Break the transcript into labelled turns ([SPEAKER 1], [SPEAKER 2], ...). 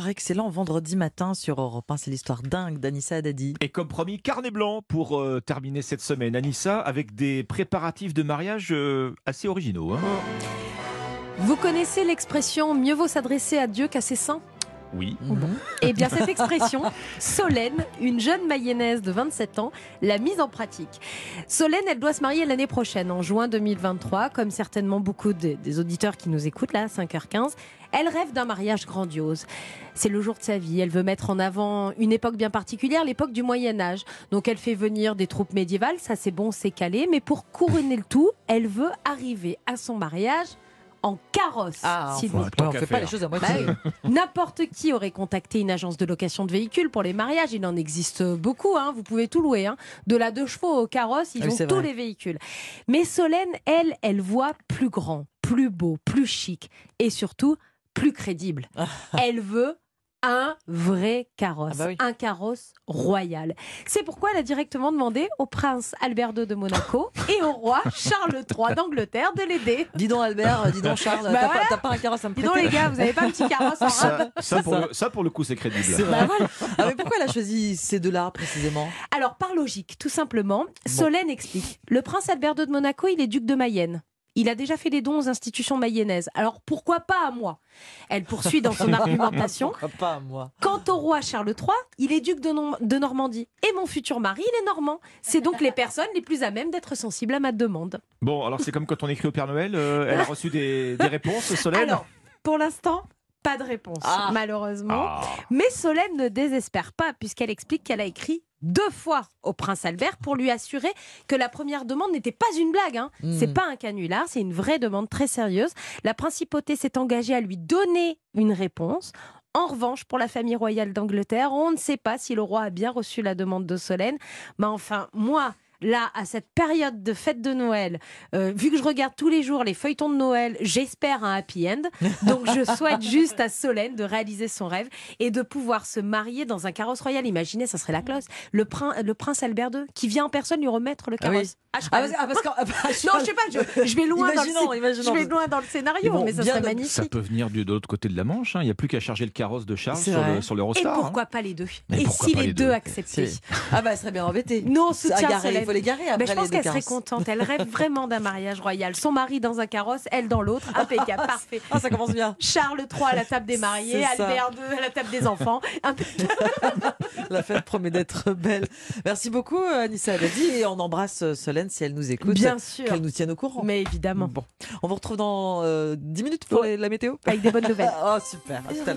[SPEAKER 1] soir excellent vendredi matin sur Europe 1. C'est l'histoire dingue d'Anissa Haddadi.
[SPEAKER 2] Et comme promis, carnet blanc pour euh, terminer cette semaine, Anissa, avec des préparatifs de mariage euh, assez originaux. hein.
[SPEAKER 3] Vous connaissez l'expression mieux vaut s'adresser à Dieu qu'à ses saints
[SPEAKER 2] Oui.
[SPEAKER 1] Mhm.
[SPEAKER 3] Eh bien, cette expression, Solène, une jeune Mayonnaise de 27 ans, l'a mise en pratique. Solène, elle doit se marier l'année prochaine, en juin 2023, comme certainement beaucoup de- des auditeurs qui nous écoutent, là, à 5h15. Elle rêve d'un mariage grandiose. C'est le jour de sa vie. Elle veut mettre en avant une époque bien particulière, l'époque du Moyen-Âge. Donc, elle fait venir des troupes médiévales. Ça, c'est bon, c'est calé. Mais pour couronner le tout, elle veut arriver à son mariage en carrosse.
[SPEAKER 1] Ah,
[SPEAKER 3] Sylvie.
[SPEAKER 2] Bon, tant
[SPEAKER 1] on
[SPEAKER 2] qu'à
[SPEAKER 1] fait pas
[SPEAKER 2] faire.
[SPEAKER 1] les choses à
[SPEAKER 3] Bah
[SPEAKER 1] moitié.
[SPEAKER 3] oui. N'importe qui aurait contacté une agence de location de véhicules pour les mariages. Il en existe beaucoup. hein. Vous pouvez tout louer. hein. De la deux chevaux au carrosse, ils
[SPEAKER 1] Ah oui,
[SPEAKER 3] ont
[SPEAKER 1] c'est
[SPEAKER 3] tous
[SPEAKER 1] vrai.
[SPEAKER 3] les véhicules. Mais Solène, elle, elle voit plus grand, plus beau, plus chic et surtout plus crédible. elle veut un vrai carrosse,
[SPEAKER 1] Ah bah oui.
[SPEAKER 3] un carrosse royal. C'est pourquoi elle a directement demandé au prince Albert II de Monaco et au roi Charles III d'Angleterre de l'aider.
[SPEAKER 1] Dis donc Albert, euh, dis donc Charles,
[SPEAKER 3] Bah
[SPEAKER 1] t'as
[SPEAKER 3] voilà.
[SPEAKER 1] pas- t'as pas un carrosse à me
[SPEAKER 3] Dis donc les
[SPEAKER 1] prêter
[SPEAKER 3] gars, vous avez pas un petit carrosse en Bah rame
[SPEAKER 2] Ça, ça, pour le, ça, pour le coup, c'est
[SPEAKER 1] C'est
[SPEAKER 2] crédible.
[SPEAKER 1] vrai. Ah, mais pourquoi elle a choisi ces deux-là précisément
[SPEAKER 3] Alors, par logique, tout simplement, Solène explique. Le prince Albert II de Monaco, il est duc de Mayenne. Il a déjà fait des dons aux institutions mayennaises. Alors pourquoi pas à moi Elle poursuit dans son argumentation.
[SPEAKER 1] Pourquoi pas à moi
[SPEAKER 3] Quant au roi Charles III, il est duc de, Nom- de Normandie. Et mon futur mari, il est normand. C'est donc les personnes les plus à même d'être sensibles à ma demande.
[SPEAKER 2] Bon, alors c'est comme quand on écrit au Père Noël, euh, elle a reçu des, des réponses, Solène
[SPEAKER 3] Alors, pour l'instant, pas de réponse,
[SPEAKER 1] Ah.
[SPEAKER 3] malheureusement.
[SPEAKER 2] Ah.
[SPEAKER 3] Mais Solène ne désespère pas, puisqu'elle explique qu'elle a écrit deux fois au prince Albert pour lui assurer que la première demande n'était pas une blague. Hein.
[SPEAKER 1] Mhm.
[SPEAKER 3] C'est pas un canular, c'est une vraie demande très sérieuse. La principauté s'est engagée à lui donner une réponse. En revanche, pour la famille royale d'Angleterre, on ne sait pas si le roi a bien reçu la demande de Solène. Mais enfin, moi, là, à cette période de fête de Noël, euh, vu que je regarde tous les jours les feuilletons de Noël, j'espère un happy end. Donc je souhaite juste à Solène de réaliser son rêve et de pouvoir se marier dans un carrosse royal. Imaginez, ça serait la classe. Le, prin- le prince Albert II qui vient en personne lui remettre le
[SPEAKER 1] Ah oui.
[SPEAKER 3] carrosse. Ah, je
[SPEAKER 1] Ah
[SPEAKER 3] parle.
[SPEAKER 1] parce, ah, parce que- ah, bah,
[SPEAKER 3] non, je sais pas, je, je vais loin dans le
[SPEAKER 1] Imaginons,
[SPEAKER 3] scé-
[SPEAKER 1] imaginons.
[SPEAKER 3] je vais loin dans le
[SPEAKER 1] Mais
[SPEAKER 3] scénario,
[SPEAKER 1] bon,
[SPEAKER 3] mais ça
[SPEAKER 1] bien
[SPEAKER 3] serait
[SPEAKER 1] de-
[SPEAKER 2] Ça
[SPEAKER 3] magnifique.
[SPEAKER 2] peut venir du- de l'autre côté de la Manche. hein. Il n'y a plus qu'à charger le carrosse de Charles
[SPEAKER 1] C'est
[SPEAKER 2] sur,
[SPEAKER 1] vrai.
[SPEAKER 2] le, sur
[SPEAKER 3] Et
[SPEAKER 2] l'Eurostar. hein.
[SPEAKER 3] pourquoi pas les deux
[SPEAKER 2] Mais
[SPEAKER 3] Et
[SPEAKER 2] pourquoi
[SPEAKER 3] si
[SPEAKER 2] pas
[SPEAKER 3] les
[SPEAKER 2] les
[SPEAKER 3] deux
[SPEAKER 2] deux
[SPEAKER 3] acceptaient
[SPEAKER 1] C'est- Ah bah elle serait bien embêtée.
[SPEAKER 3] Non,
[SPEAKER 1] à
[SPEAKER 3] soutien
[SPEAKER 1] garer, il faut
[SPEAKER 3] Solène.
[SPEAKER 1] les garer après
[SPEAKER 3] Ben, je pense
[SPEAKER 1] les deux
[SPEAKER 3] qu'elle serait
[SPEAKER 1] carrosses.
[SPEAKER 3] contente. Elle rêve vraiment d'un mariage royal. Son mari dans un carrosse, elle dans l'autre. Impeccable, parfait.
[SPEAKER 1] Ah ça commence bien.
[SPEAKER 3] Charles III à la table des mariés,
[SPEAKER 1] C'est ça.
[SPEAKER 3] Albert II à la table des enfants. Impeccable.
[SPEAKER 1] La fête promet d'être belle. Merci beaucoup euh, Anissa Haddadi et on embrasse euh, Solène si elle nous écoute.
[SPEAKER 3] Bien sûr.
[SPEAKER 1] Qu'elle nous tienne au courant.
[SPEAKER 3] Mais évidemment,
[SPEAKER 1] Bon, on vous retrouve dans euh, 10 minutes pour
[SPEAKER 3] Ouais.
[SPEAKER 1] la météo.
[SPEAKER 3] avec des bonnes nouvelles.
[SPEAKER 1] Ah, oh, super. À tout à l'heure.